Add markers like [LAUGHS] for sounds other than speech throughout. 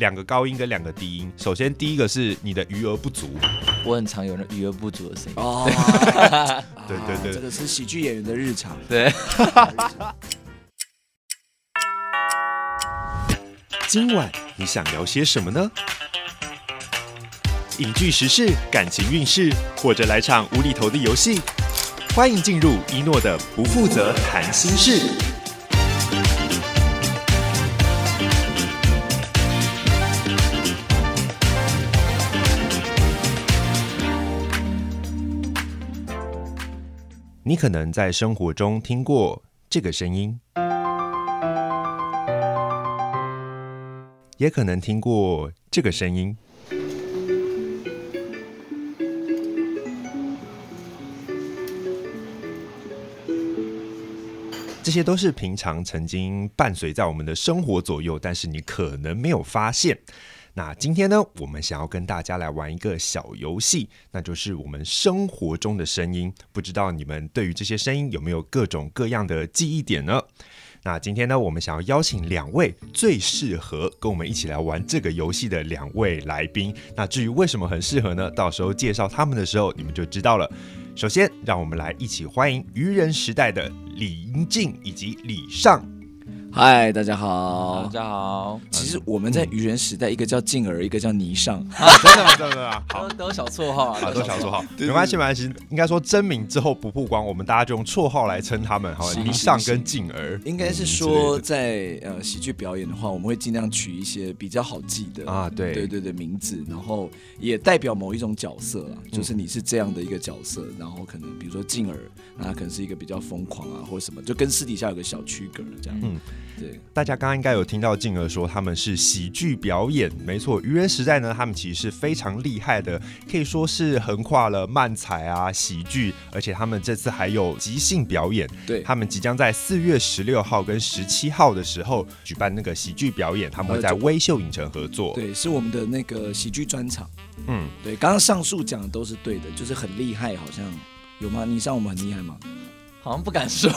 两个高音跟两个低音。首先，第一个是你的余额不足，我很常有那余额不足的声音。哦， [LAUGHS] 对对对啊这个是喜剧演员的日常。对，今晚你想聊些什么呢？影剧时事、感情运势，或者来场无厘头的游戏，欢迎进入一诺的不负责谈心事。你可能在生活中听过这个声音，也可能听过这个声音。这些都是平常曾经伴随在我们的生活左右，但是你可能没有发现。那今天呢，我们想要跟大家来玩一个小游戏，那就是我们生活中的声音。不知道你们对于这些声音有没有各种各样的记忆点呢？那今天呢，我们想要邀请两位最适合跟我们一起来玩这个游戏的两位来宾。那至于为什么很适合呢？到时候介绍他们的时候，你们就知道了。首先，让我们来一起欢迎愚人时代的李银静以及李尚。嗨，嗯大家大好。家好，其实我们在愚人时代，一个叫静儿，一个叫霓尚。真的吗？真的吗？好。都都有小绰号啊，啊，都想绰说好，没关系，没关系。应该说真名之后不曝光，我们大家就用绰号来称他们，好吧，行李尚跟静儿，应该是嗯说在呃喜剧表演的话，我们会尽量取一些比较好记的啊对对对对名字，然后也代表某一种角色啦，嗯就是你是这样的一个角色，然后可能比如说静儿，那她可能是一个比较疯狂啊，或者什么，就跟私底下有个小区隔这样。嗯嗯，对，大家刚刚应该有听到静儿说他们是喜剧表演，没错。愚人时代呢，他们其实是非常厉害的，可以说是横跨了漫才啊、喜剧，而且他们这次还有即兴表演。对他们即将在四月十六号跟十七号的时候举办那个喜剧表演，他们会在呃就微秀影城合作。，对，是我们的那个喜剧专场。嗯，对，刚刚上述讲的都是对的，就是很厉害，好像有吗？你上我们很厉害吗？好像不 [LAUGHS] 敢说。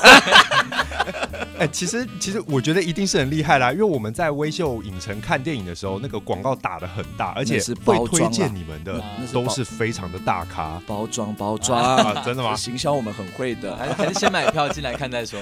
哎、其实其实我觉得一定是很厉害啦，因为我们在微秀影城看电影的时候，那个广告打的很大，而且那是包会装推啦荐你们的那是包都是非常的大咖包装包装，啊，真的 [LAUGHS] 吗？行销我们很会的。还是还是先买票进来看再说。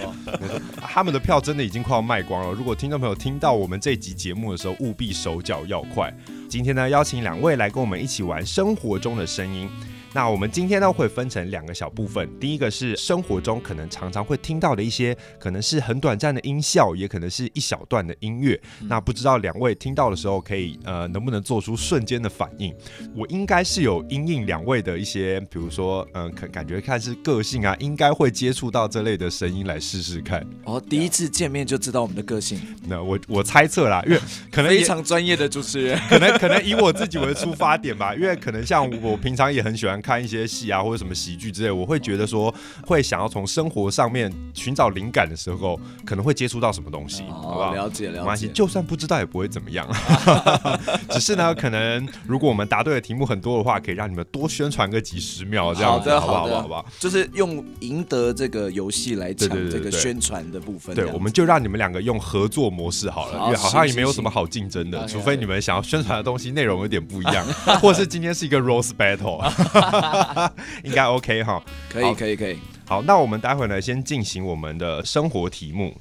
他们的票真的已经快要卖光了。如果听众朋友听到我们这集节目的时候，务必手脚要快。今天呢，邀请两位来跟我们一起玩生活中的声音。那我们今天呢会分成两个小部分，第一个是生活中可能常常会听到的一些，可能是很短暂的音效，也可能是一小段的音乐。那不知道两位听到的时候，可以呃能不能做出瞬间的反应？我应该是有因应两位的一些，比如说嗯、呃，感感觉看是个性啊，应该会接触到这类的声音来试试看。哦，第一次见面就知道我们的个性，那我我猜测啦，因为可哎能也非常专业的主持人。可能可能以我自己为出发点吧，因为可能像我平常也很喜欢看一些戏啊，或者什么喜剧之类，我会觉得说会想要从生活上面寻找灵感的时候，可能会接触到什么东西， [LAUGHS] 好不哦，好？了解没了关系，解。就算不知道也不会怎么样。 [LAUGHS] 只是呢，可能如果我们答对的题目很多的话，可以让你们多宣传个几十秒这样子，好的好不好？好好的不好？好不好？就是用赢得这个游戏来抢对对对这对个对宣传的部分。对这，样我们就让你们两个用合作模式好了，好因为好像也没有行行什么好竞争的，行除非你们想要宣传的东西内容有点不一样，或是今天是一个 rose battle，应 [LAUGHS] 该 OK 哈。可好以可以可以。好，那我们待会呢，先进行我们的生活题目。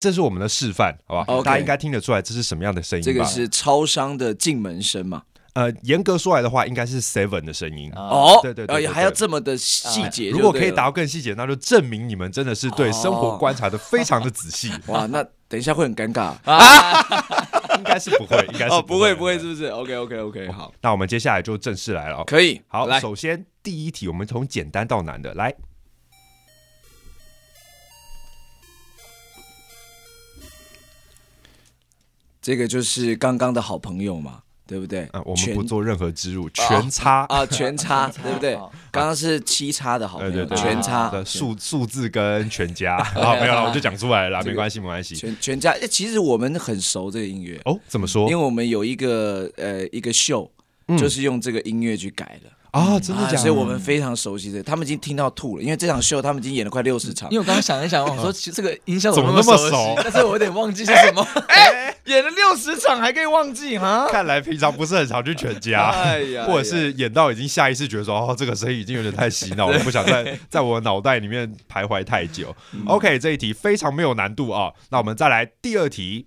这是我们的示范，好吧 OK 大家应该听得出来这是什么样的声音吧？这个是超商的进门声嘛？呃，严格说来的话，应该是 Seven 的声音。哦，哦，啊对对对哎对对还要这么的细节就对了。如果可以达到更细节，那就证明你们真的是对哦生活观察的非常的仔细。哇，那等一下会很尴尬。应该是不会，应该是哦，不会不会，的是不是？OK OK OK，好，那我们接下来就正式来了哦。可以。好，来，首先第一题，我们从简单到难的来。这个就是刚刚的好朋友嘛，对不对？啊，我们全不做任何植入，全插。啊，全差，对不对好？刚刚是七差的好呃，朋对友，对，全差对数数字跟全家 [LAUGHS] 啊，没有了，我就讲出来了啦，没关系，没关系。全全家。哎，其实我们很熟这个音乐，哦，怎么因说为我们有一个呃一个秀，就是用这个音乐去改的。啊？嗯真的啊假的？所以我们非常熟悉的，他们已经听到吐了，因为这场秀他们已经演了快六十场因。为我刚刚想一想，我说其实这个音效哦怎么那那么熟悉熟 [LAUGHS] 哎 [LAUGHS] 但是我有点忘记是什么。演了六十场还可以忘 [LAUGHS] 记哈？看来平常不是很常去全家，哎呀，或者是演到已经下意识觉得说，哦，这个声音已经有点太洗脑了，不想再 [LAUGHS] 在我脑袋里面徘徊太久。OK，这一嗯题非常没有难度啊、那我们再来第二题。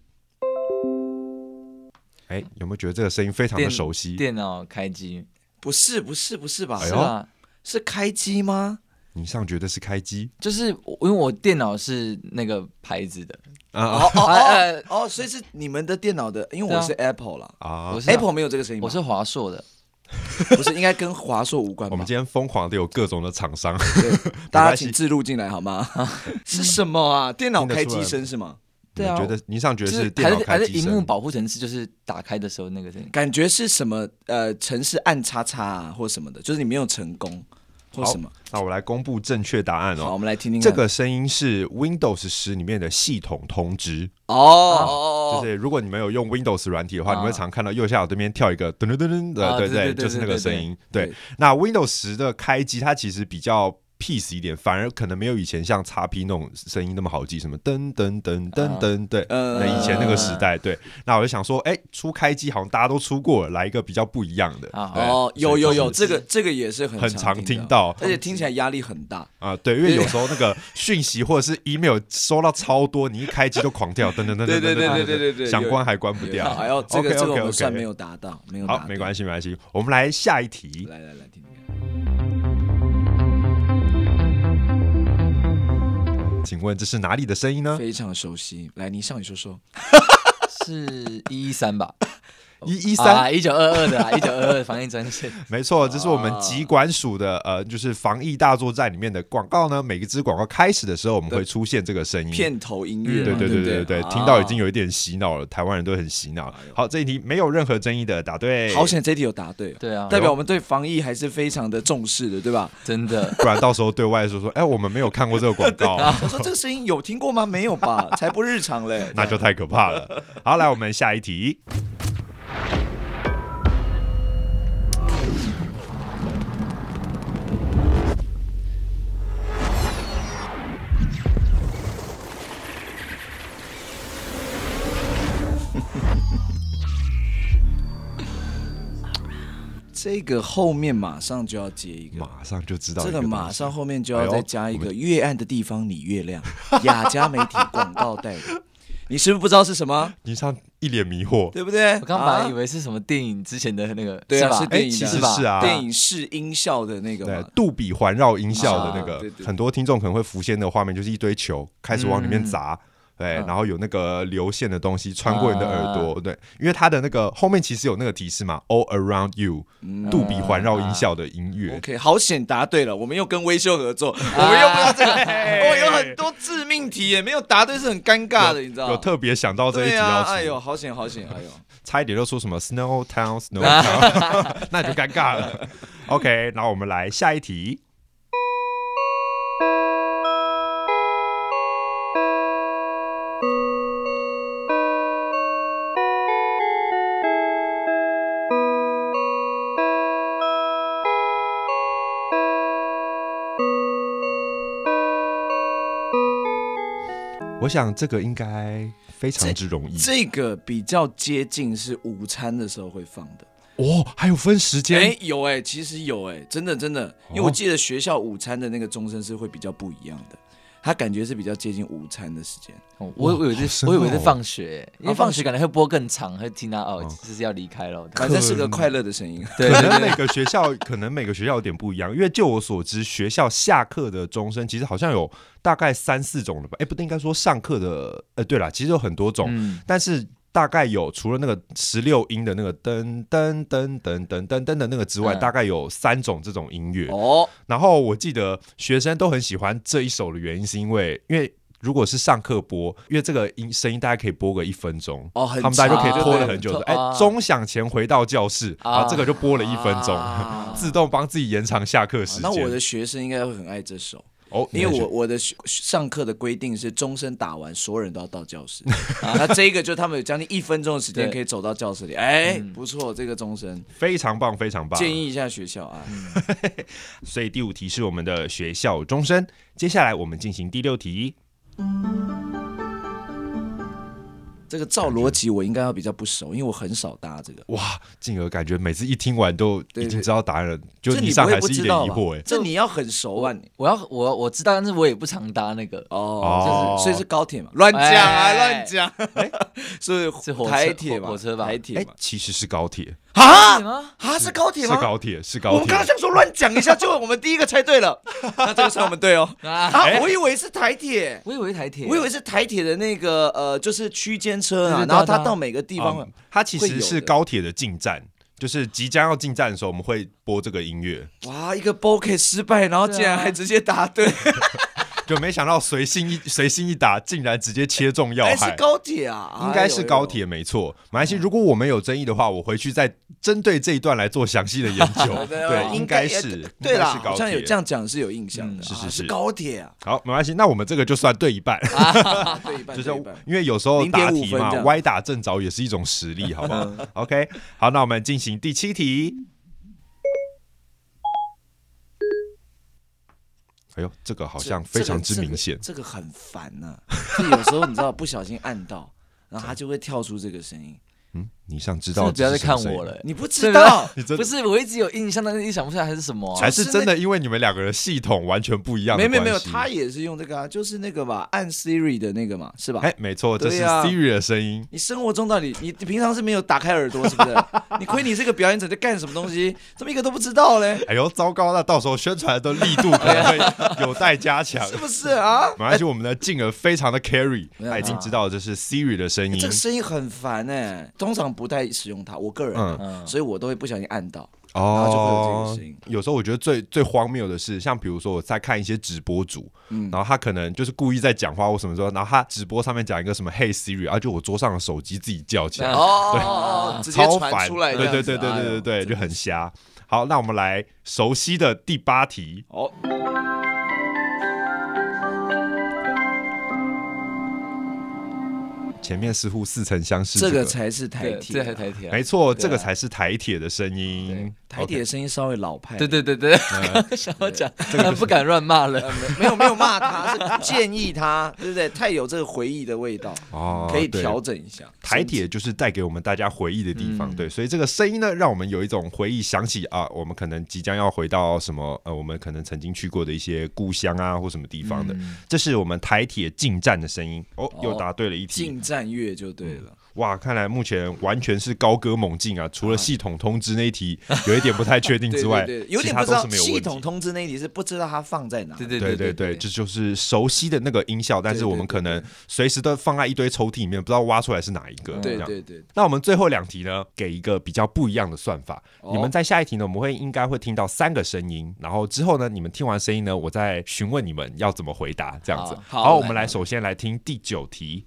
哎，有没有觉得这个声音非常的电熟悉？电脑开机不是不是不是吧？哎是呦吧？是开机吗？你上觉得是开机就是我因为我电脑是那个牌子的，啊哦哦哎哦哦，所以是你们的电脑的，因为我是 Apple 啦啊我！是 Apple 没有这个声音吧，我是华硕的，不是应该跟华硕无关我们吧？今天疯狂的有各种的厂商，对，大家系请自录进来好 [LAUGHS] 吗？是什么啊？电脑开机声是吗？对啊你觉得你上觉就得是是电还脑是还开是机荧幕声？保护层次，就是打开的时候那个声音。感觉是什么？呃，城市按叉叉啊，或什么的，就是你没有成功或什么。那我来公布正确答案好，哦我。们来听听这看个声音是 Windows 十里面的系统通知，哦哦啊就哦，是如果你们有用 Windows 软体的话，啊你会常看到右下角这边跳一个噔噔噔噔的，啊对对对对就是那个对对声音。对对，那 Windows 十的开机它其实比较 peace 一点，反而可能没有以前像 x P 那种声音那么好记，什么噔噔噔噔噔，对，嗯那以前那个时代，对。那我就想说，哎，出开机好像大家都出过了，来一个比较不一样的。啊哎哦，有有有，所这以个这个也是很很常常听听到而且听起来压力很大。啊，对，因为有时候那个讯息或者是 email 收到超多，你一开机就狂跳，噔噔噔噔噔噔噔，对对对对对对对想有关还关不掉。还要哎这个 OK，OK，这个我们 OK 算没有达到，没有达啊好，到，没关系，没关系。我们来下一题。嗯来来来，听听看。请问这是哪里的声音呢？非常熟悉。来，你上你说说，是一一三吧？一一啊三，啊一九二二的啦， [LAUGHS] 一九二二防疫专线。没错，这是我们啊疾管署的呃，就是防疫大作战里面的广告呢。每一支广告开始的时候，我们会出现这个声音。片头音乐对嗯嘛，对对对啊对对不对，啊听到已经有一点洗脑了，台湾人都很洗脑。好，这一题没有任何争议的，答对。好险，这题有答对， [LAUGHS] 哦对啊，代表我们对防疫还是非常的重视的，对吧？真的不然到时候对外说说，哎，我们没有看过这个广 [LAUGHS] 告。啊我说这个声音有听过吗？没有吧，才不日常嘞。那就太可怕了。好，来我们下一题。这个后面马上就要接一个。马上就知道一这东个西马上后面就哎要呦再加一我个们越暗的地方你月亮，雅加媒体广告代理，你是不是不知道是什么？你上一脸迷惑，对不对？我刚本来以啊为是什么电影之前的那个，对啊，吧？是哎电影的，其实吧是啊，电影是音效的那个对嘛，杜比环绕音效的那啊个对对，对嗯很多听众可能会浮现的画面就是一堆球开始往里面砸。对，然后有那个流线的东西穿过你的耳嗯朵，对，因为它的那个后面其实有那个提示嘛，All Around You，、杜嗯比环绕啊音效的音乐， OK，好险答对了，我们又跟微秀合作，我们又不要这个，哦，有很多致命题耶，没有答对是很尴尬的，你知道有吗？特别想到这一对题啊要，哎出，呦，好险好险，哎 [LAUGHS] 呦，差一点就说什么 Snow Town [LAUGHS] Snow Town，那你就尴尬了。OK，那我们来下一题。我想这个应该非常之容易。这个比较接近是午餐的时候会放的。哦，还有分时间、哎，有哎，其实有哎，真的真哦的，因为我记得学校午餐的那个钟声是会比较不一样的，它感觉是比较接近午餐的时间。哦我以为好是深我以为是奥哦放学，因为放放学感觉会播更长，会听到哦，就是要离开了。反正是个快乐的声音，对可对能对每个学校可能每个学校有点不一样，因为就我所知，学校下课的钟声其实好像有大概三四种的吧？哎，不对，应该说上课的，呃，对啦，其实有很多种，嗯但是。大概有除了那个十六音的那个噔噔噔噔噔噔噔的那个之外，嗯大概有三种这种音乐。哦，然后我记得学生都很喜欢这一首的原因，是因为因为如果是上课播，因为这个音声音大概可以播个一分钟， [LAUGHS] 哦很他们大家就可长以拖了很久对说，哎啊，钟响前回到教室，啊啊，这个就播了一分钟，[LAUGHS] 啊自动帮自己延长下课时间。那我的学生应该会很爱这首。哦，你因为还我选我的学上课的规定是钟声打完，所有人都要到 [LAUGHS] 教室。那这个就他们有将近一分钟的时间对可以走到教室里。哎，嗯不错，这个钟声非常棒，非常棒。建议一下学校啊。所以第五题是我们的学校钟声，接下来我们进行第六题。这个照逻辑我应该要比较不熟，因为我很少搭这个。哇，静儿感觉每次一听完都已对经知道答案了，就这一你上不会还不是一知脸道疑吧惑哎？这你要很熟啊你。我要我我知道，但是我也不常搭那个，哦哦，就是所以是高铁嘛，乱讲啊，哎乱讲， [LAUGHS] 是是火车台铁嘛，火火车吧台铁哎嘛，，其实是高铁，是啊吗？啊，是高铁哎是吗？高铁，是我高们铁刚刚。想说乱讲一下，就我们第一个猜对 [LAUGHS] 了，那这个算我们对哦。啊，哎啊，我以为是台铁，我以为台铁，我以为是台铁的那个呃，就是区间车啊对对，对然后它对到每个地方啊嗯，它其会实有是的高铁的进站，就是即将要进站的时候，我们会播这个音乐。哇，一个 bokeh 失败，然后竟啊然还直接答对，就没想到随心一随心一打，竟然直接切中要还害。哎是高铁啊，应该是高哎铁没错，马来西亚。如果我们有争议的话，我回去再针对这一段来做详细的研究。呦。哎对，呦应该是，对了，啦，是高好像有铁这。样讲是有印象嗯的，是是啊是是高铁啊，好，没关系，那我们这个就算对一半，对一半， [LAUGHS] 就是对一半因为有时候答题0.5分嘛这，样歪打正着也是一种实力，好不好 [LAUGHS] ？OK，好，那我们进行第七题。哎呦，这个好像非常之明显，这个这个这个很烦呐、就有时候你知道不小心按到， [LAUGHS] 然后它就会跳出这个声音，嗯，你想知真道的不要这再是什么看声音我了，你不对啊知不 [LAUGHS] 道。你真对不是，我一直有印象，但是一想不起来还是什么啊。还是真的，因为你们两个人系统完全不一样哦没的有关没系。有没有，他也是用这个啊，就是那个吧，按 Siri 的那个嘛，是吧？哎，没错，这对是呀 Siri 的声音。你生活中到底你你平常是没有打开耳朵是不 [LAUGHS] 是？你亏你这个表演者在干什么东西，怎么一个都不知道嘞？ [LAUGHS] 哎呦，糟糕！那到时候宣传的力度可能 [LAUGHS] 会有待加强。是不是啊？马来西亚我们的静儿非常的 carry，没有啊他哎已经知道这是 Siri 的声音这个声音很烦哎、通常不太使用它，我个人啊、嗯所以我都会不小心按到。然后就会有这个声音哦有时候我觉得最最荒谬的是，像比如说我在看一些直播主，嗯然后他可能就是故意在讲话或什么时候，然后他直播上面讲一个什么 Hey Siri，啊，就我桌上的手机自己叫起来，嗯哦哦哦，直接超传烦出来这对样对对子，对哎对呦对对，就很瞎。好，那我们来熟悉的第八题，哦，前面似乎似曾相识、这个个才是台对，铁这啊、还台铁啊没。错，对啊这个才是台铁的声音。台铁的声音稍微老派。对对对对，刚刚 [LAUGHS] 想要讲，不敢乱骂了。没，没有没有骂他，是建议他， [LAUGHS] 对不对？太有这个回忆的味道，哦可以对调嗯整一下。台铁就是带给我们大家回忆的地方，对，所以这个声音呢，让我们有一种回忆，想起啊，我们可能即将要回到什么呃，我们可能曾经去过的一些故乡啊，或什么地方的，嗯这是我们台铁进站的声音。哦，又答对了一题，进站乐就对了。哇，看来目前完全是高歌猛进啊！除了系统通知那一题有一点不太确 [LAUGHS] 定对嗯之外，对对，有其点他不知都道是没有问系题统通知那一题是不知道它放在哪。对对对对对对，这就是熟悉的那个音效，但是对对我们可能随时都放在一堆抽屉里面，不知道挖出来是哪一个。对这样对对，那我们最后两题呢，给一个比较不一样的算法。哦你们在下一题呢，我们会应该会听到三个声音，然后之后呢，你们听完声音呢，我再询问你们要怎么回答，这样子。好我好们来来首先来听第九题。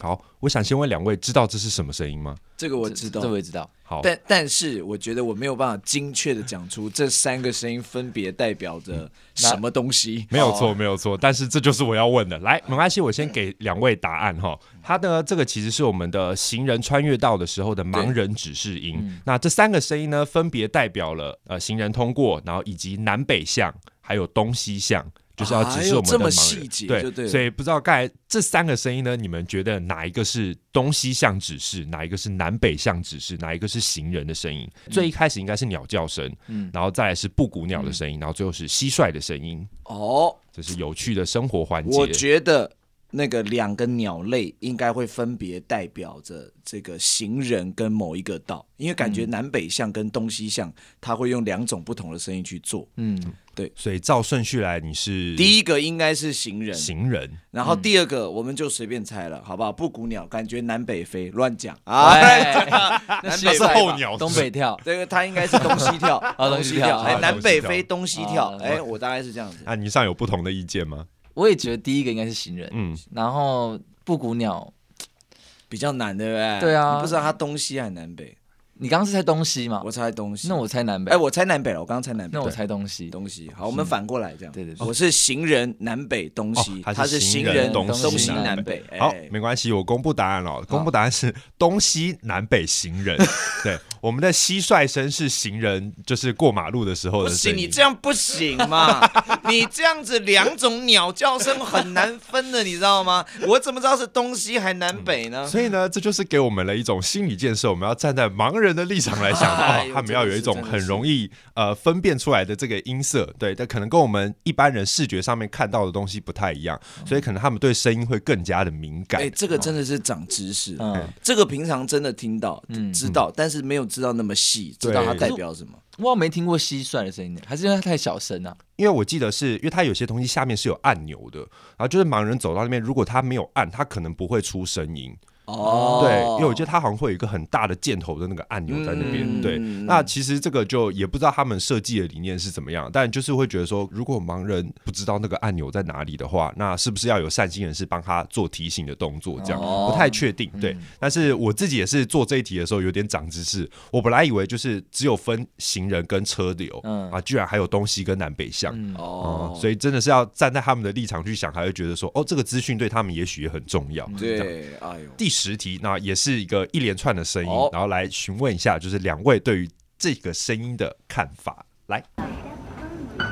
好，我想先问两位，知道这是什么声音吗？这个我知道这。我也知道。好，但但是我觉得我没有办法精确的 [LAUGHS] 讲出这三个声音分别代表着什么东西。嗯没有错，没有错，但是这就是我要问的。来，没关系，我先给两位答案哈。嗯它呢，这个其实是我们的行人穿越道的时候的盲人指示音。嗯那这三个声音呢，分别代表了呃行人通过，然后以及南北向，还有东西向，就是要指哎示呦我们的这么盲人细节就对对，了所以不知道刚才这三个声音呢，你们觉得哪一个是东西向指示，哪一个是南北向指示，哪一个是行人的声音？嗯最一开始应该是鸟叫声，嗯然后再来是布谷鸟的嗯声音，然后最后是蟋蟀的声音。哦，这是有趣的生活环节。我觉得那个两个鸟类应该会分别代表着这个行人跟某一个道，因为感嗯觉南北向跟东西向，它会用两种不同的声音去做。嗯，所以照顺序来，你是第一个应该是行人，行嗯人，然后第二个我们就随便猜了，好不好？布谷鸟感觉南北飞，乱讲 [LAUGHS] 啊！哎，那那是候鸟东北跳，这个它应该是东西 [LAUGHS] 跳，东西跳哎，啊南北东西飞，跳哦啊，东西跳哎，我大概是这样子。啊，你上有不同的意见吗？我也觉得第一个应该是行人，嗯，然后布谷鸟，比较难，对不对？对啊你不知道它东西还南北，你刚刚是猜东西嘛？我猜东西。那我猜南北。哎，我猜南北了，我刚刚猜南北。那我猜东西。东西。好，我们反过来这样。对对对我是行人南北东哦西，他是他是行行人东西西南南北北。好哎，没关系，我公布答案了。公布答案是东西南北行 [LAUGHS] 人。对，我们的蟋蟀声是行人，就是过马路的时候不的声行，你音。这样不行嘛！ [LAUGHS] 你这样子两种鸟叫声很难分的，你知道吗？我怎么知道是东西还南北呢？所以呢，这就是给我们了一种心理建设。我们要站在盲人的立场来想， [LAUGHS] 哎哦，呦他们要有一种真的是很容易呃分辨出来的这个音色，对，但可能跟我们一般人视觉上面看到的东西不太一样，哦所以可能他们对声音会更加的敏感哎、。这个真的是长知识。嗯，这个平常真的听到、知道，但是没有知道那么细，知道它嗯对代表什么。我好像没听过蟋蟀的声音呢，还是因为它太小声啊？因为我记得是因为它有些东西下面是有按钮的，然后就是盲人走到那边，如果他没有按，他可能不会出声音。哦对，因为我觉得它好像会有一个很大的箭头的那个按钮在那边。嗯对，那其实这个就也不知道他们设计的理念是怎么样，但就是会觉得说，如果盲人不知道那个按钮在哪里的话，那是不是要有善心人士帮他做提醒的动作？这样、哦不太确定。对，但是我自己也是做这一题的时候有点长知识，我本来以为就是只有分行人跟车流，嗯啊，居然还有东西跟南北向。嗯，哦、哦，所以真的是要站在他们的立场去想，还会觉得说，哦，这个资讯对他们也许也很重要。这样对，哎呦，第十题，那也是一个一连串的声音，哦然后来询问一下，就是两位对于这个声音的看法。来，好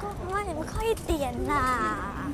过我妈，你们快一点啦！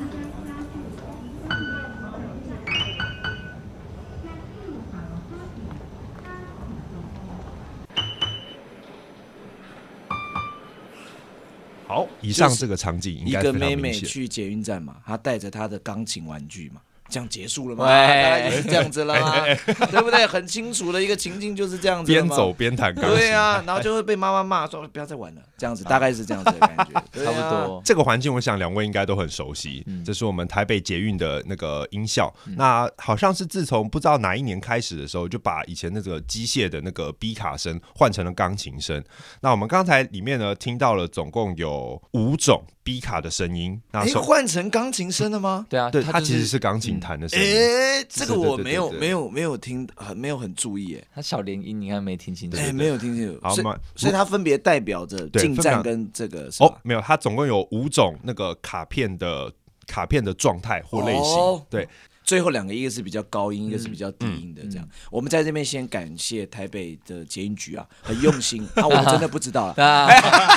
好，以上这个场景应一该个非常妹明妹显。去捷运站嘛，她带着她的钢琴玩具嘛。这样结束了吗？喂大概就是这样子了 [LAUGHS] 吗？对不对？很清楚的一个情境就是这样子了边吗。走边弹钢琴，啊对啊，然后就会被妈妈骂说不要再玩了，这样子大概是这样子的感觉，对差啊不。多。这个环境，我想两位应该都很熟悉。嗯这是我们台北捷运的那个音效。那好像是自从不知道哪一年开始的时候，就把以前那个机械的那个 B 卡声换成了钢琴声。那我们刚才里面呢听到了总共有五种 B 卡的声音。那哎，首、换成钢琴声了吗？对啊，啊对它它就其实是钢嗯琴弹的声音。哎，这个对对我对没有对对没有没有听，很没有很注意哎。它小连音，你看没听清楚？哎，没有听清楚，好所以嘛所以它分别代表着对近分别战跟这个是哦吧，？没有，它总共有五种那个卡片的卡片的状态或类型。哦对，最后两个一个是比较高音，一个是比较低嗯音的，这样。我们在这边先感谢台北的捷运局啊，很用 [LAUGHS] 心啊，我真的不知道啊。 [LAUGHS] 啊，哎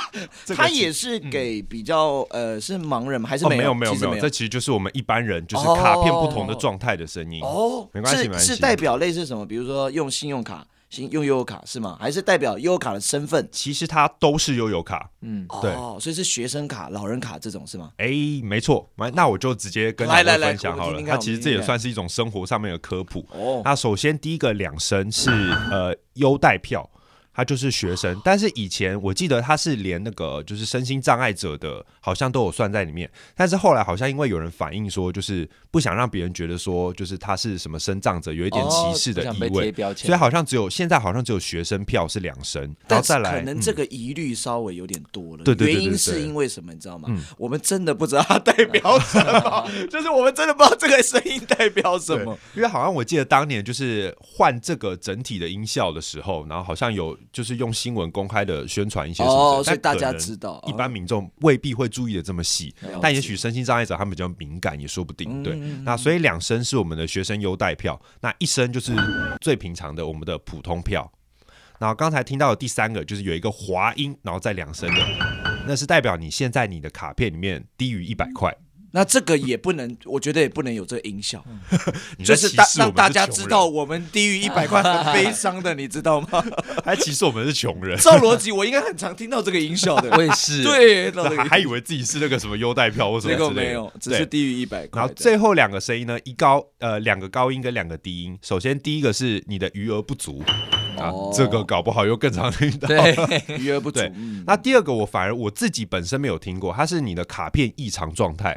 他也是给比较呃是盲人吗？还是嗯哦，没没有没没有其实没没有，这其实就是我们一般人就是卡片不同的状态的声音。哦，没关系没关是系是代表类似什么？比如说用信用卡，信用悠游卡是吗？还是代表悠游卡的身份？其实它都是悠游卡。嗯，对哦，所以是学生卡、老人卡这种是吗？哎，没错，完那我就直接跟来大家来来分享好我了。听听它看其实这我听听也看算是一种生活上面的科普。哦，那首先第一个两声是呃优待票，它就是学生，但是以前我记得它是连那个就是身心障碍者的，好像都有算在里面，但是后来好像因为有人反映说，就是不想让别人觉得说就是他是什么身障者，有一点歧视的意哦不想被味，贴标签所以好像只有现在好像只有学生票是两声，然但后再是来嗯可能这个疑虑稍微有点多了，对对对对原因对嗯是因为什么？你知道吗？我们真的不知道它代表什 [LAUGHS] 么，就是我们真的不知道这个声音代表什对么。因为好像我记得当年就是换这个整体的音效的时候，然后好像有就是用新闻公开的宣传一些什么哦的，但所以大家可能知道哦一般民众未必会注意的这么细了解，嗯但也许身心障碍者他们比较敏感，也说不定。对，那所以两声是我们的学生优待票，那一声就是最平常的我们的普通票。然后刚才听到的第三个就是有一个滑音，然后再两声的，那是代表你现在你的卡片里面低于一百块，那这个也不能，我觉得也不能有这个音效，嗯你就在是歧大视我让们大是家穷知人道，我们低于一百块很悲伤 [LAUGHS] 的，你知道吗？ [LAUGHS] 还歧视我们是穷人。照逻辑，我应该很常听到这个音效的。我也是。，对，到这个音还以为自己是那个什么优待票或什么结之类果的，没有，只是对。低于一百块。然后最后两个声音呢，一高呃两个高音跟两个低音。首先第一个是你的余额不足、啊哦，这个搞不好又更 [LAUGHS] 常听到。对， [LAUGHS] 对余额不足，对嗯那第二个我反而我自己本身没有听过，它是你的卡片异常状态。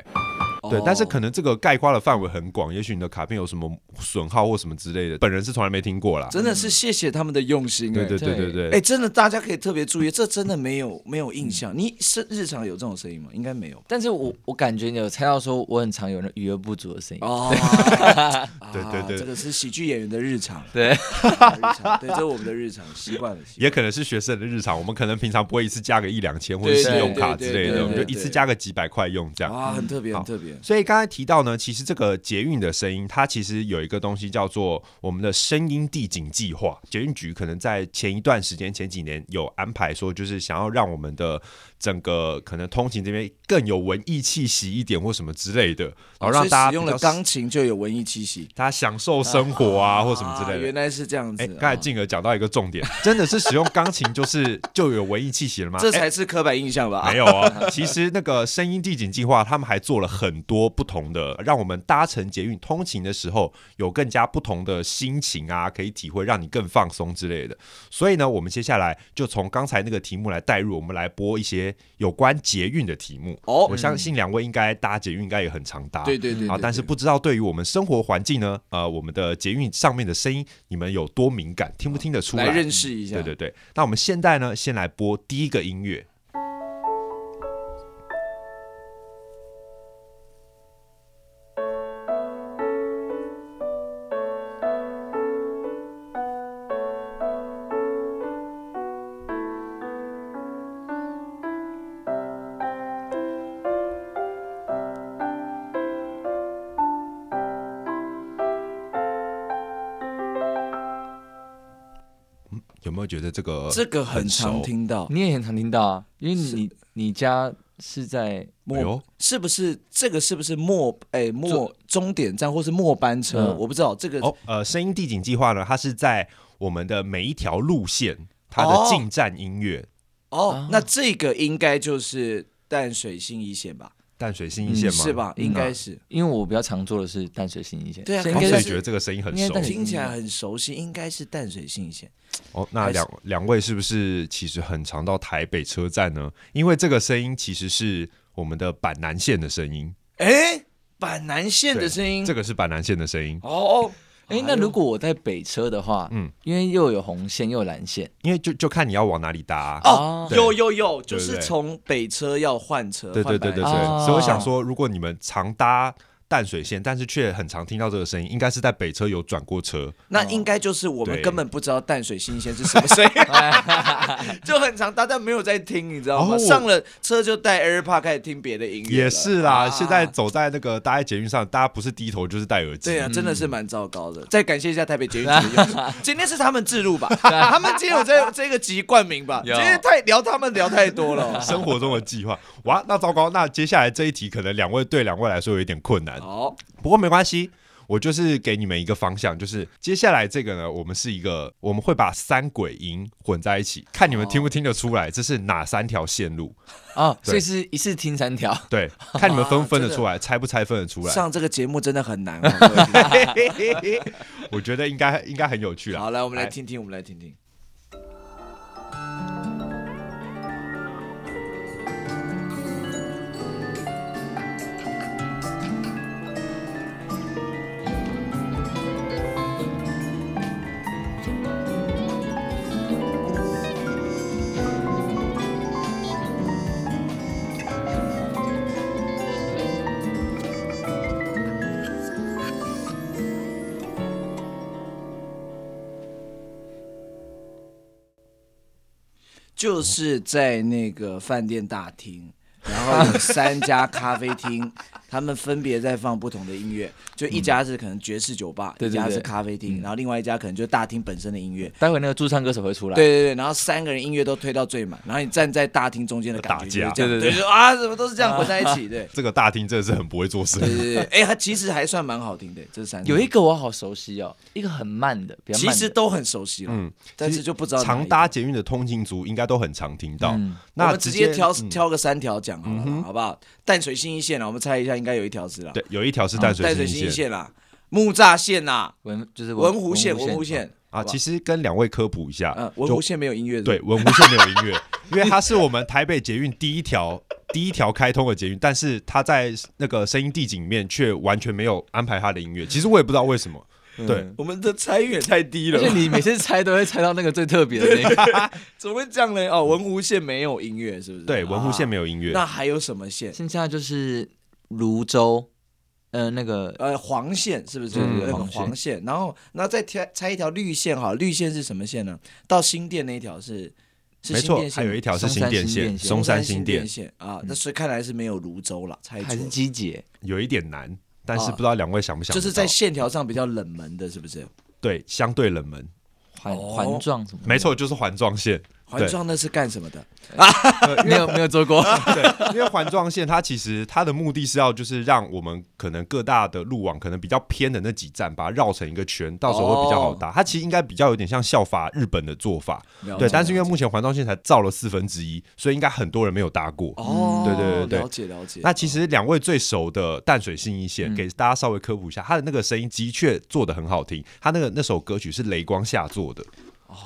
哦对，但是可能这个概括的范围很广，也许你的卡片有什么损耗或什么之类的，本人是从来没听过啦。真的是谢谢他们的用心、嗯对哎对对对对对，哎、真的，大家可以特别注意，这真的没有没有印嗯象。你是日常有这种声音吗？应该没有。但是我我感觉你有猜到说我很常有那余额不足的声音， [LAUGHS] 哦，对对对啊这个是喜剧演员的日常，对，啊日常对，这是我们的日常习惯了。习惯也可能是学生的日常，我们可能平常不会一次加个一两千或者对信用对卡对之对类的，对我们就对一次对加个几百块用这样。啊，很特别，好很特别。所以刚才提到呢，其实这个捷运的声音，它其实有一个东西叫做我们的声音地景计划。捷运局可能在前一段时间、前几年有安排说，就是想要让我们的整个可能通勤这边更有文艺气息一点，或什么之类的，然后让大家哦所以使用比较了钢琴就有文艺气息大家享受生活啊，或什么之啊类的原。来是这样子哎，，啊刚才静儿讲到一个重点，真的是使用钢琴就是就有文艺气息了吗？这哎才是刻板印象吧？ [LAUGHS] 没有啊，其实那个声音地景计划，他们还做了很多不同的，让我们搭乘捷运通勤的时候有更加不同的心情啊，可以体会，让你更放松之类的。所以呢，我们接下来就从刚才那个题目来带入，我们来播一些有关捷运的题目。哦我相信两位应该搭捷运应该也很常搭，对对对对啊，但是不知道对于我们生活环境呢，呃，我们的捷运上面的声音，你们有多敏感，听不听得出来认识一下。对对对，那我们现在呢，先来播第一个音乐。嗯有没有觉得这个这个很常熟听到。你也很常听到啊，因为你你家是在哎呦末是不是这个是不是末哎末终点站或是末班车？嗯我不知道这个哦，呃，声音地景计划呢，它是在我们的每一条路线它的哦进站音乐，啊哦，那这个应该就是淡水新一线吧？淡水新一线吗？嗯嗯是吧？应该是。是，因为我比较常做的是淡水新一线，对啊所以哦应该所以是觉得这个声音很应该熟淡水听起来很熟悉，应该是淡水新一线。哦。那还是两两位是不是其实很常到台北车站呢？因为这个声音其实是我们的板南线的声音，哎，板南线对的声音，这个是板南线的声音。哦，哎，那如果我在北车的话，嗯嗯，因为又有红线又有蓝线，因为就就看你要往哪里搭啊、哦对有有有，对就对是对从北车要换车，对对对对对，换板南啊所以我想说，如果你们常搭淡水线，但是却很常听到这个声音，应该是在北车有转过车。那应该就是我们对根本不知道淡水新鲜是什么 [LAUGHS] 声音，就很常搭，但没有在听，你知道吗？哦上了车就带 AirPod 开始听别的音乐了，也是啦，啊现在走在那个搭在捷运上，大家不是低头就是戴耳机。对啊，真的是蛮糟糕的。再感谢一下台北捷运局的用嗯心， [LAUGHS] 今天是他们自录 [LAUGHS] 吧？他们今天有这这个集冠名吧？今有天太聊他们聊太 [LAUGHS] 多了。生活中的计划，哇，那糟糕，那接下来这一题可能两位对两位来说有一点困难，好，不过没关系。我就是给你们一个方向，就是接下来这个呢，我们是一个，我们会把三轨音混在一起，看你们听不听得出哦来，这是哪三条线 [LAUGHS] 路？哦，对所以是一次听三条， [LAUGHS] 对，看你们分不分得真的出来，猜不猜分得出来？上这个节目真的很难哦。各位 [LAUGHS] 我觉得应该应该很有趣啦。好，来我们来听听，我们来听听。就是在那个饭店大厅，然后有三家咖啡厅，他们分别在放不同的音乐，就一家是可能爵士酒吧，对对一家对是咖啡厅，然后另外一家可能就是大厅本身的音乐。待会那个驻唱歌手会出来，对，对对，然后三个人音乐都推到最满，然后你站在大厅中间的感觉就是打架这样，对对对对就啊，怎么都是这样混在一起，对这个大厅真的是很不会做事。对对对，哎，它其实还算蛮好听的，这三有一个个我好熟悉哦，一个很慢的，比较慢其的实都很熟悉了，嗯但其是实就不知道哪一常个搭捷运的通勤族应该都很常听到。嗯我那们直接挑嗯挑个三条讲好了啦，好不好？淡水新一线啦，啊我们猜一下，应该有一条是啦，对，有一条是淡水淡新嗯水新一啊线，线啦，木栅线啦，啊文就是文湖线，文湖线，线，啊，吧其实跟两位科普一下，呃，文就无线没有音乐，啊对，文湖线没有音乐，因为它是我们台北捷运第一条 [LAUGHS] 第一条开通的捷运，但是它在那个声音地景里面却完全没有安排它的音乐。其实我也不知道为什么。嗯对，我们的猜音也太低哦嗯而了吧且，你每次猜都会猜到那个最特别的那个，怎么会这样呢？哦，文无线没有音乐，是不是？对，文湖线啊没有音乐。那还有什么 [LAUGHS] 线？剩下就是泸州，呃，那个呃，黄线是不是？嗯那个黄线黄线，然后那再拆拆一条绿线哈，绿线是什么线呢？到新店那一条是是没新错店，线还吗，有一条是松新山店新线，店线松山新新店嗯线啊，那所以看来是没有泸州了，猜还错是了，机姐，有一点难，但是啊不知道两位想不想就得到？是在线条上比较冷门的，是不是？对相对冷门，环哦环状什么？没，错，就是环状线。环状那是干什么的？没有没有做 [LAUGHS] 过。对，因为环状线它其实它的目的是要就是让我们可能各大的路网可能比较偏的那几站，把它绕成一个圈，到时候会比较好搭。它其实应该比较有点像效法日本的做法，哦了解对。但是因为了解目前环状线才造了四分之一，所以应该很多人没有搭过。嗯哦，对对对对了解了解。那其实两位最熟的淡水信义嗯线，给大家稍微科普一下，它的那个声音的确做的很好听。它那个那首歌曲是雷光下做的，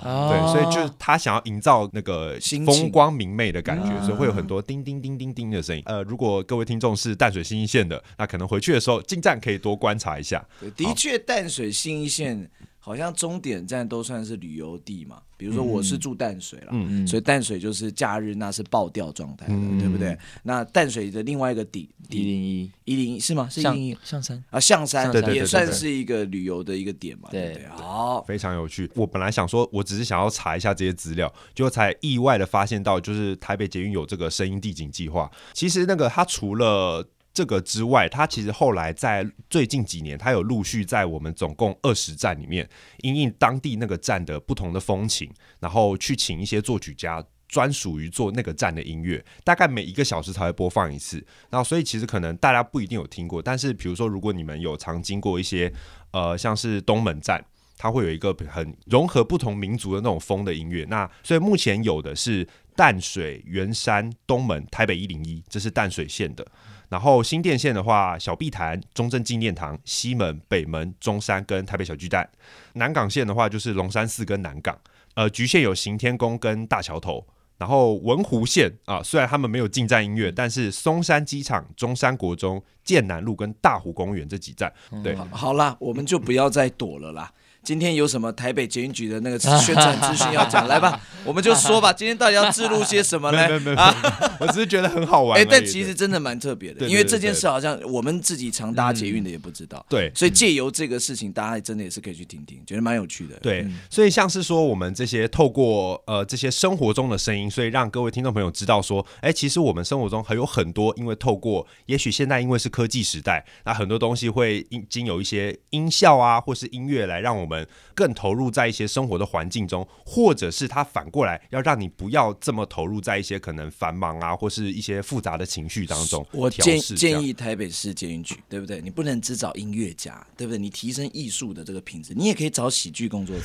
对，哦所以就是他想要营造那个心情风光明媚的感觉，所以会有很多叮叮叮叮叮的声音。呃，如果各位听众是淡水新一线的，那可能回去的时候进站可以多观察一下。对的确，淡水新一线好像终点站都算是旅游地嘛。比如说我嗯是住淡水啦，所以淡水就是假日那是爆掉状态的，嗯对不对？那淡水的另外一个底一底零一一零一是吗？是一象零一象山，啊，象山象山也对算对对是一个旅游的一个点嘛，对不对？对好，非常有趣。我本来想说，我只是想要查一下这些资料，结果才意外的发现到，就是台北捷运有这个声音地景计划。其实那个它除了这个之外，它其实后来在最近几年，它有陆续在我们总共二十站里面，因应当地那个站的不同的风情，然后去请一些作曲家。专属于做那个站的音乐，大概每一个小时才会播放一次。然后，所以其实可能大家不一定有听过，但是比如说，如果你们有常经过一些呃，像是东门站，它会有一个很融合不同民族的那种风的音乐。那所以目前有的是淡水、圆山、东门、台北一零一，这是淡水线的。然后新店线的话，小碧潭、中正纪念堂、西门、北门、中山跟台北小巨蛋。南港线的话，就是龙山寺跟南港。呃，局限有行天宫跟大桥头。然后文湖线啊，虽然他们没有进站音乐，但是松山机场、中山国中、剑南路跟大湖公园这几站，对，好好啦，我们就不要再躲了啦。今天有什么台北捷运局的那个宣传资讯要讲？来吧，我们就说吧，今天到底要记录些什么没呢有没有？没有，没有我只是觉得很好玩而哎、已。但其对实真的蛮特别的，对因为对对嗯这件事好像我们自己常搭捷运的也不知道，对所以借由这个事情，大家真的也是可以去听听，觉得蛮有趣的。，对，所以像是说我们这些透过呃这些生活中的声音，所以让各位听众朋友知道说，哎，其实我们生活中还有很多，因为透过也许现在因为是科技时代，那很多东西会因经有一些音效啊，或是音乐来让我们更投入在一些生活的环境中，或者是它反过来要让你不要这么投入在一些可能繁忙啊，或是一些复杂的情绪当中。我调建试这样建议台北市捷运局，对不对？你不能只找音乐家，对不对？你提升艺术的这个品质，你也可以找喜剧 [LAUGHS] 工作者，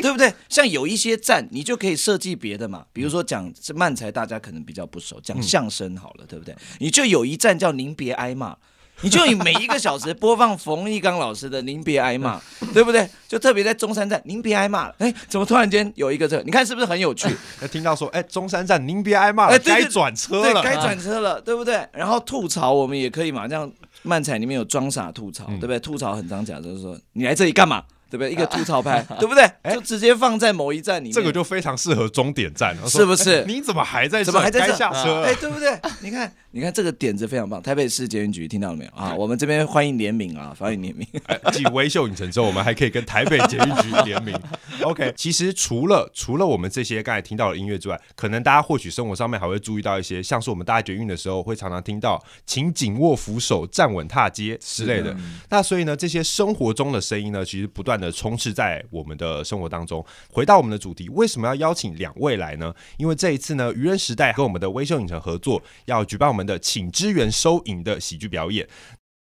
对不对？像有一些站，你就可以设计别的嘛，比如说讲这漫才，大家可能比较不熟，讲嗯相声好了，对不对？你就有一站叫“您别挨骂”。你就以每一个小时播放冯一刚老师的《您别挨骂》，嗯对不对？就特别在中山站，您别挨骂了。哎，怎么突然间有一个这个？你看是不是很有趣？那听到说，哎，中山站您别挨骂了，哎对对该转车对，了。啊该转车了，对不对？然后吐槽我们也可以嘛，这样漫彩里面有装傻吐槽，嗯对不对？吐槽很常讲，就是说你来这里干嘛？对不对？一个吐槽 [LAUGHS] 牌，对不对？就直接放在某一站里啊面，哎这个就非常适合终点站，然后说是不是哎你怎么还在这？怎么还在这该啊下车了哎，对不对？你看，你看这个点子非常棒，台北市捷运局听到了没有啊？我们这边欢迎联名啊，欢迎联名。继微哎秀影城之后，我们还可以跟台北捷运局联 [LAUGHS] 名。OK，其实除了除了我们这些刚才听到的音乐之外，可能大家或许生活上面还会注意到一些，像是我们搭捷运的时候会常常听到“请紧握扶手，站稳踏阶”之类嗯的。那所以呢，这些生活中的声音呢，其实不断的充斥在我们的生活当中。回到我们的主题，为什么要邀请两位来呢？因为这一次呢，愚人时代跟我们的微秀影城合作，要举办我们的“请支援收影”的喜剧表演。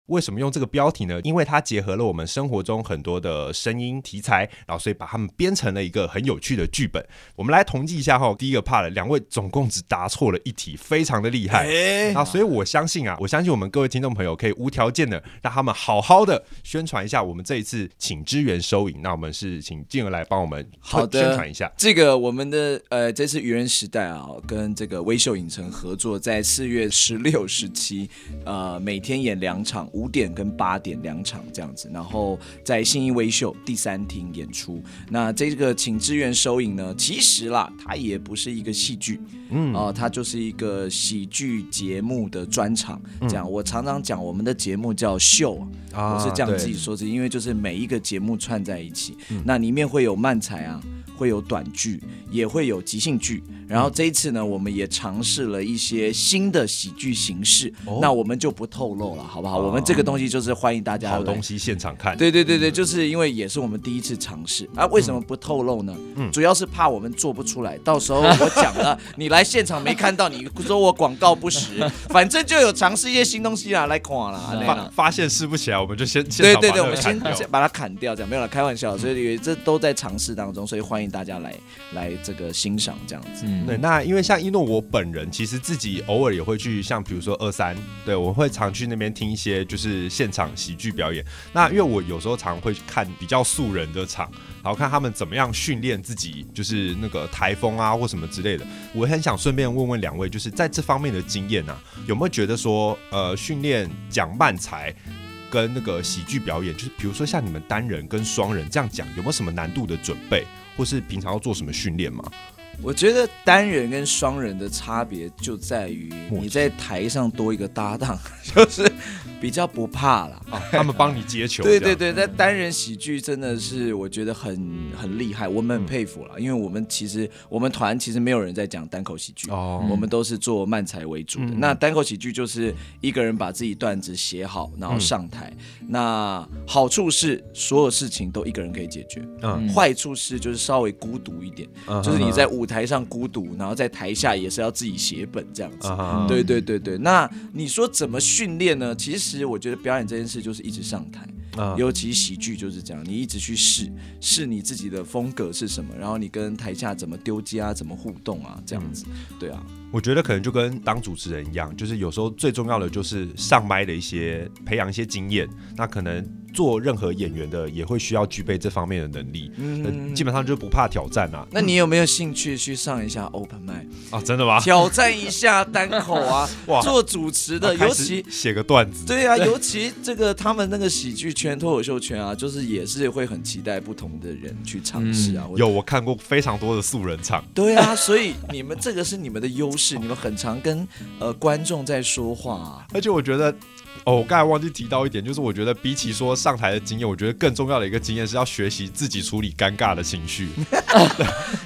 为什么用这个标题呢？因为它结合了我们生活中很多的声音题材，然后所以把它们编成了一个很有趣的剧本。我们来统计一下哈，第一个 part 两位总共只答错了一题，非常的厉害。哎，啊，所以我相信啊，我相信我们各位听众朋友可以无条件的让他们好好的宣传一下我们这一次请支援收银，那我们是请进而来帮我们好的，宣传一下。这个我们的呃这次愚人时代啊，跟这个微秀影城合作，在四月十六、十七，呃，每天演两场，五点跟八点两场这样子，然后在信义微秀第三厅演出。那这个请支援收影呢，其实啦，它也不是一个戏剧，嗯，啊、它就是一个喜剧节目的专场。这嗯样，我常常讲我们的节目叫秀啊我是这样对嗯自己说是因为就是每一个节目串在一起，那里面会有漫才啊，会有短剧，也会有即兴剧。然嗯后这一次呢，我们也尝试了一些新的喜剧形式，哦那我们就不透露了，好不好？我们这个东西就是欢迎大家啊好来东西嗯现场看，对对对对，就是因为也是我们第一次尝试啊，为什嗯么不透露呢？主要是怕我们做不出来，到时候我讲了， [LAUGHS] 你来现场没看到，你说我广告不实，反正就有尝试一些新东西啊，来看啦，这样发啦发现试不起来，我们就先现对场对把对，那我个们砍先掉先把它砍掉，这样没有了，开玩笑，所以这都在尝试当中，所以欢迎大家来来这个欣赏这样子。对，那因为像一诺，我本人其实自己偶尔也会去，像比如说二三，对我会常去那边听一些就是现场喜剧表演。那因为我有时候常会去看比较素人的场，然后看他们怎么样训练自己，就是那个台风啊或什么之类的。我很想顺便问问两位，就是在这方面的经验啊，有没有觉得说，呃，训练讲慢才？跟那个喜剧表演，就是比如说像你们单人跟双人这样讲，有没有什么难度的准备，或是平常要做什么训练吗？我觉得单人跟双人的差别就在于默契你在台上多一个搭档， [LAUGHS] 就是比较不怕啦。啊， [LAUGHS] 他们帮你接球，对这样嗯对对，在单人喜剧真的是我觉得很很厉害，我嗯们很佩服了，因为我们其实我们团其实没有人在讲单口喜剧，哦我们都是做漫才为主的。嗯那单口喜剧就是一个人把自己段子写好，然后上台。嗯那好处是所有事情都一个人可以解决，嗯坏处是就是稍微孤独一点，嗯就是你在舞台上孤独，然后在台下也是要自己写本这样子。啊，对对对对，那你说怎么训练呢？其实我觉得表演这件事就是一直上台，啊尤其喜剧就是这样，你一直去试试你自己的风格是什么，然后你跟台下怎么丢接啊，怎么互动啊，这样子。嗯对啊，我觉得可能就跟当主持人一样，就是有时候最重要的就是上麦的一些培养一些经验，那可能做任何演员的也会需要具备这方面的能力，嗯，基本上就不怕挑战啊，那你有没有兴趣去上一下 open mic，、啊，真的吗？挑战一下单口啊 [LAUGHS] 哇？做主持啊的，开尤始其写个段子，对啊，尤其这个他们那个喜剧圈、脱口秀圈啊，就是也是会很期待不同的人去尝试 [LAUGHS] 啊。或者嗯有我看过非常多的素人场，对啊，所以你们这个是你们的优势，你们很常跟呃观众在说话、啊。而且我觉得。哦，我刚才忘记提到一点，就是我觉得比起说上台的经验，我觉得更重要的一个经验是要学习自己处理尴尬的情绪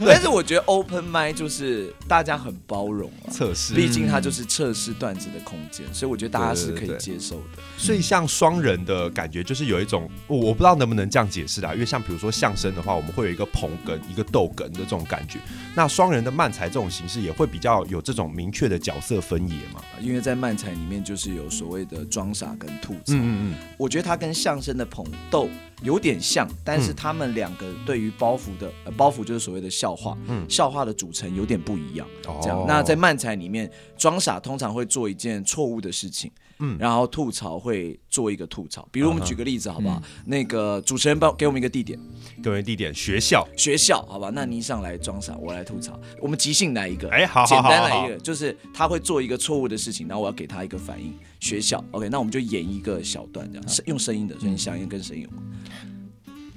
但是我觉得 open mic 就是大家很包容啊，测试。毕竟它就是测试段子的空间，所以我觉得大家是可对对以对接受的。所以像双人的感觉，就是有一种我我不知道能不能这样解释啦，因为像比如说相声的话，我们会有一个捧哏、一个逗哏的这种感觉。那双人的漫才这种形式也会比较有这种明确的角色分野嘛？啊因为在漫才里面就是有所谓的装傻跟吐槽，嗯嗯我觉得它跟相声的捧逗有点像，但是他们两个对于包袱的、呃、包袱就是所谓的笑话，笑话的组成有点不一样。哦这样，那在漫才里面，装傻通常会做一件错误的事情。嗯，然后吐槽会做一个吐槽，比如我们举个例子好不好？那个主持人帮给我们一个地点，嗯，各位地点学校，学校，好吧？那你上来装傻，我来吐槽。我们即兴来一个，哎好好简单好好来一个，就是他会做一个错误的事情，然后我要给他一个反应。学校，OK，那我们就演一个小段这样，是用声音的，所以你想一个跟声音有关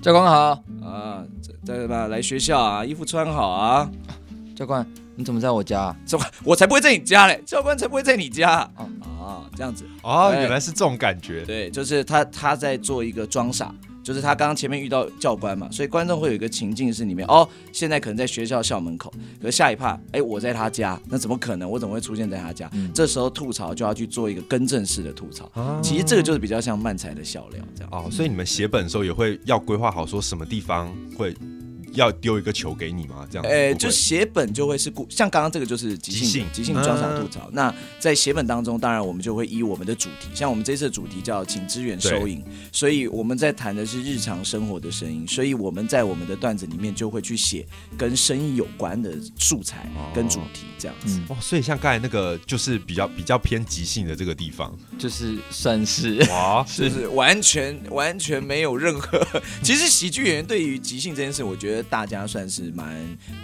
教官好，啊，这这吧，来学校啊，衣服穿好啊。教官，你怎么在我家、啊？教官，我才不会在你家嘞，教官才不会在你家啊哦这样子，哦，哎原来是这种感觉。对，就是他他在做一个装傻。就是他刚刚前面遇到教官嘛，所以观众会有一个情境是里面哦，现在可能在学校校门口，可是下一趴，哎，我在他家，那怎么可能？我怎么会出现在他家？这时候吐槽就要去做一个更正式的吐槽，其实这个就是比较像漫才的笑料这样。哦，所以你们写本的时候也会要规划好，说什么地方会要丢一个球给你吗？这样子，呃，会不会就写本就会是故，像刚刚这个就是即即兴兴即兴装傻嗯吐槽。那在写本当中，当然我们就会依我们的主题，像我们这次的主题叫“请支援收银”，所以我们在谈的是日常生活的声音，所以我们在我们的段子里面就会去写跟声音有关的素材跟主题这样子。哦，所以像刚才那个就是比较比较偏即兴的这个地方，就是算是哇，就是完全完全没有任何， [LAUGHS] 其实喜剧演员对于即兴这件事，我觉得大家算是蛮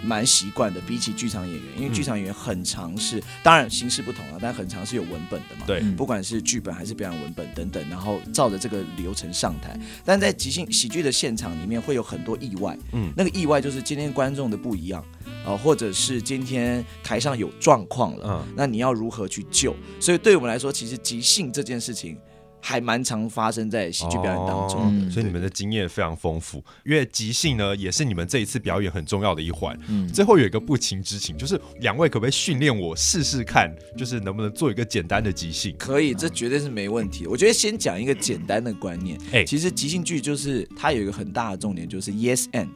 蛮习惯的，比起剧场演员，因为剧场演员很常是，当然形式不同啊，但很常是有文本的嘛，对不管是剧本还是表演文本等等，然后照着这个流程上台，但在即兴喜剧的现场里面会有很多意外，嗯嗯，那个意外就是今天观众的不一样。啊、或者是今天台上有状况了，嗯那你要如何去救？所以对我们来说，其实即兴这件事情还蛮常发生在喜剧表演当中。哦嗯所以你们的经验非常丰富。因为即兴呢，也是你们这一次表演很重要的一环。嗯最后有一个不情之请，就是两位可不可以训练我试试看，就是能不能做一个简单的即兴？可以，这绝对是没问题。我觉得先讲一个简单的观念，哎其实即兴剧就是它有一个很大的重点，就是 yes and。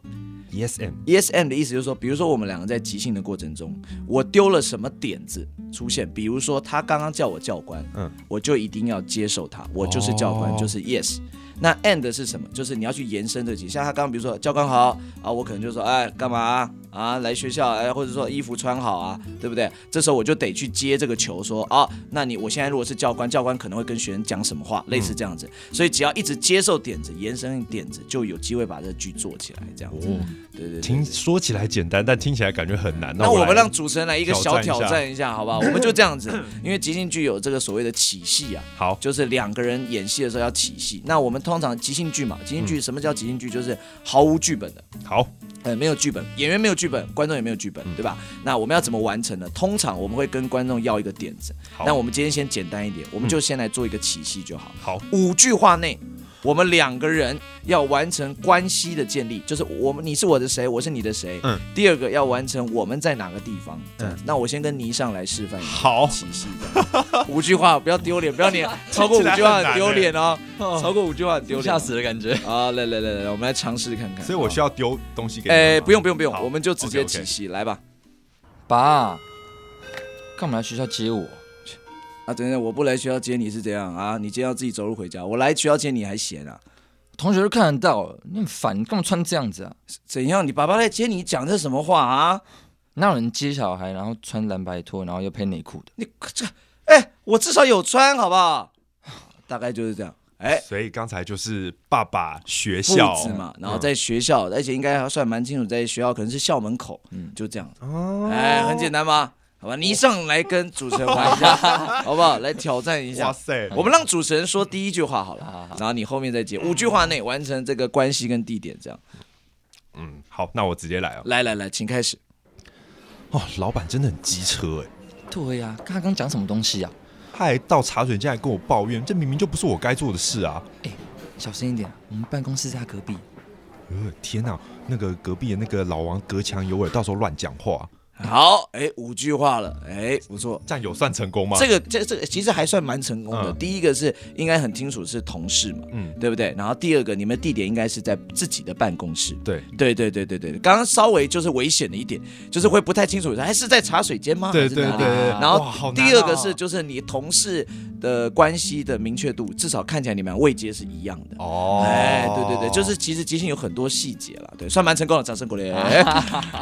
Yes and yes and 的意思就是说，比如说我们两个在即兴的过程中，我丢了什么点子出现，比如说他刚刚叫我教官，嗯嗯，我就一定要接受他，我就是教官，哦就是 yes。那 and 是什么？就是你要去延伸这集，像他刚刚比如说教官好啊，我可能就说哎干嘛啊啊来学校哎，或者说衣服穿好啊，对不对？这时候我就得去接这个球说，啊，那你我现在如果是教官，教官可能会跟学生讲什嗯么话，类似这样子。所以只要一直接受点子，延伸点子，就有机会把这个剧做起来，这样子。哦，对对对。听说起来简单，但听起来感觉很难。那我来们让主持人来一个小挑战挑一下战一下，好不好？我们就这 [LAUGHS] 样子，因为即兴剧有这个所谓的起戏啊，好就是两个人演戏的时候要起戏。那我们通常即兴剧嘛，即兴嗯剧什么叫即兴剧？就是毫无剧本的，好呃，没有剧本，演员没有剧本，观众也没有剧嗯本，对吧？那我们要怎么完成呢？通常我们会跟观众要一个点子。好，嗯那我们今天先简单一点，我们就先来做一个起戏就好。好五句话内，我们两个人要完成关系的建立，就是我们你是我的谁，我是你的谁。嗯。第二个要完成我们在哪个地方。这样子。那我先跟倪尚来示范一下好起戏这样。 [LAUGHS] 五句话不要丢脸，不要 [LAUGHS] 脸，超过五句话很丢脸哦，欸超过五句话很丢脸吓哦。死的感觉。啊！来来来来来，我们来尝试看看。所以我需要丢东西给你们吗。哎，不用不用不用好，我们就直接 OK，OK 起戏来吧。爸，干嘛来学校接我？啊，等等，我不来学校接你是怎样啊？你今天要自己走路回家，我来学校接你还闲啊？同学都看得到了，你很烦，你干嘛穿这样子啊？怎样？你爸爸来接你讲这什么话啊？哪有人接小孩然后穿蓝白拖，然后又配内裤的？你这，哎、我至少有穿，好 [SIGHS] 不好？大概就是这样。哎、所以刚才就是爸爸学父校嗯子嗯嘛，然后在学校，而且应该还算蛮清楚，在学校可能是校门口，就这样。哦哎、很简单吧？好吧，你一上来跟主持人玩一下，好不好？来挑战一哇下。塞，我们让主持人说第一句话好了，好好好然后你后面再接，五句话内完成这个关系跟地点，这样。嗯，好，那我直接来哦。来来来，请开始。哦，老板真的很机欸车哎。对呀、刚刚讲什么东西啊？他还到茶水间来跟我抱怨，这明明就不是我该做的事啊！小声一点，我们办公室在他隔壁。呃，天哪、那个隔壁的那个老王隔墙有耳，到时候乱讲话，好，哎、五句话了，哎、不错。这样有算成功吗？这个这这个其实还算蛮成功的。嗯第一个是应该很清楚是同事嘛，嗯嗯，对不对？然后第二个，你们地点应该是在自己的办公室。对对对对对对，刚刚稍微就是危险的一点，就是会不太清楚，哎还是在茶水间吗？对还是对哪对里对，然哇好后难第二个哦是，就是你同事的关系的明确度，至少看起来你们位阶是一样的。哦，哎，对对对，就是其实即兴有很多细节了，对，算蛮成功的，掌声 [LAUGHS] 鼓励，哎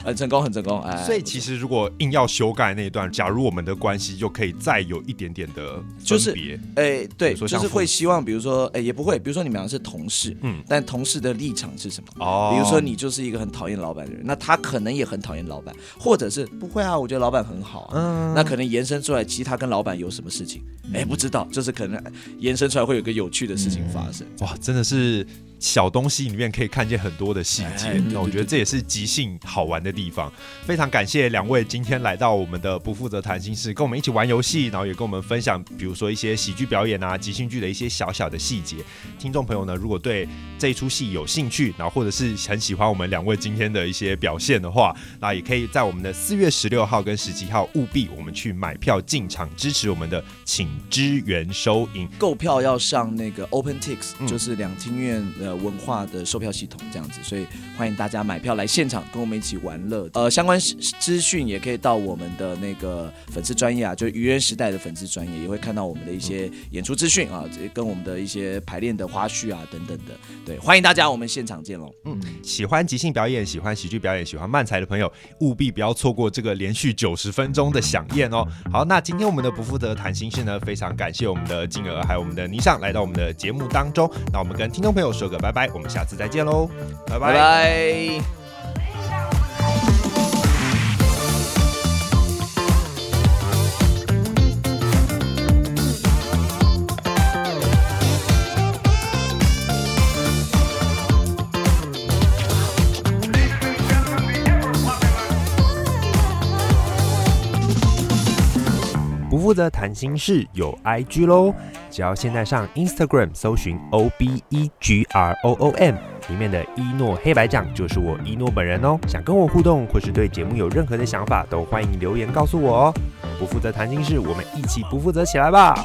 很成功，很成功，哎，所以其实如果硬要修改那一段，假如我们的关系就可以再有一点点的就分是别，哎，比对，如说就像是父会希望，比如说，哎，也不会，比如说你们俩是同事，嗯嗯，但同事的立场是什么？哦比如说你就是一个很讨厌老板的人，那他可能也很讨厌老板，或者是不会啊，我觉得老板很好啊，那可能延伸出来，其实他跟老板有什么事情，哎，不知道，就是可能延伸出来会有个有趣的事情发生。哇，真的是小东西里面可以看见很多的细节哎对。那我觉得这也是即兴好玩的地方。非常感谢两位今天来到我们的不负责谈心室，跟我们一起玩游戏，然后也跟我们分享，比如说一些喜剧表演啊、即兴剧的一些小小的细节。听众朋友呢，如果对这一出戏有兴趣，然后或者是很喜欢我们两位今天的一些表现的话，那也可以在我们的四月十六号跟十七号务必我们去买票进场支持我们的请支元收银。购票要上那个 OpenTix，、嗯就是两厅院呃文化的售票系统这样子，所以欢迎大家买票来现场跟我们一起玩乐。呃，相关资资讯也可以到我们的那个粉丝专业啊，就是愚人时代的粉丝专业，也会看到我们的一些演出资讯啊，这跟我们的一些排练的花絮啊等等的。对，欢迎大家，我们现场见喽！喜欢即兴表演、喜欢喜剧表演、喜欢漫才的朋友，务必不要错过这个连续九十分钟的飨宴哦。好，那今天我们的不负责谈心事呢，非常感谢我们的静儿还有我们的霓裳来到我们的节目当中。那我们跟听众朋友说个拜拜，我们下次再见喽，拜拜。不负责谈心事有 IG 喽，只要现在上 Instagram 搜寻 O B E G R O O M，里面的一诺黑白奖就是我一诺本人哦。想跟我互动或是对节目有任何的想法，都欢迎留言告诉我哦。不负责谈心事，我们一起不负责起来吧。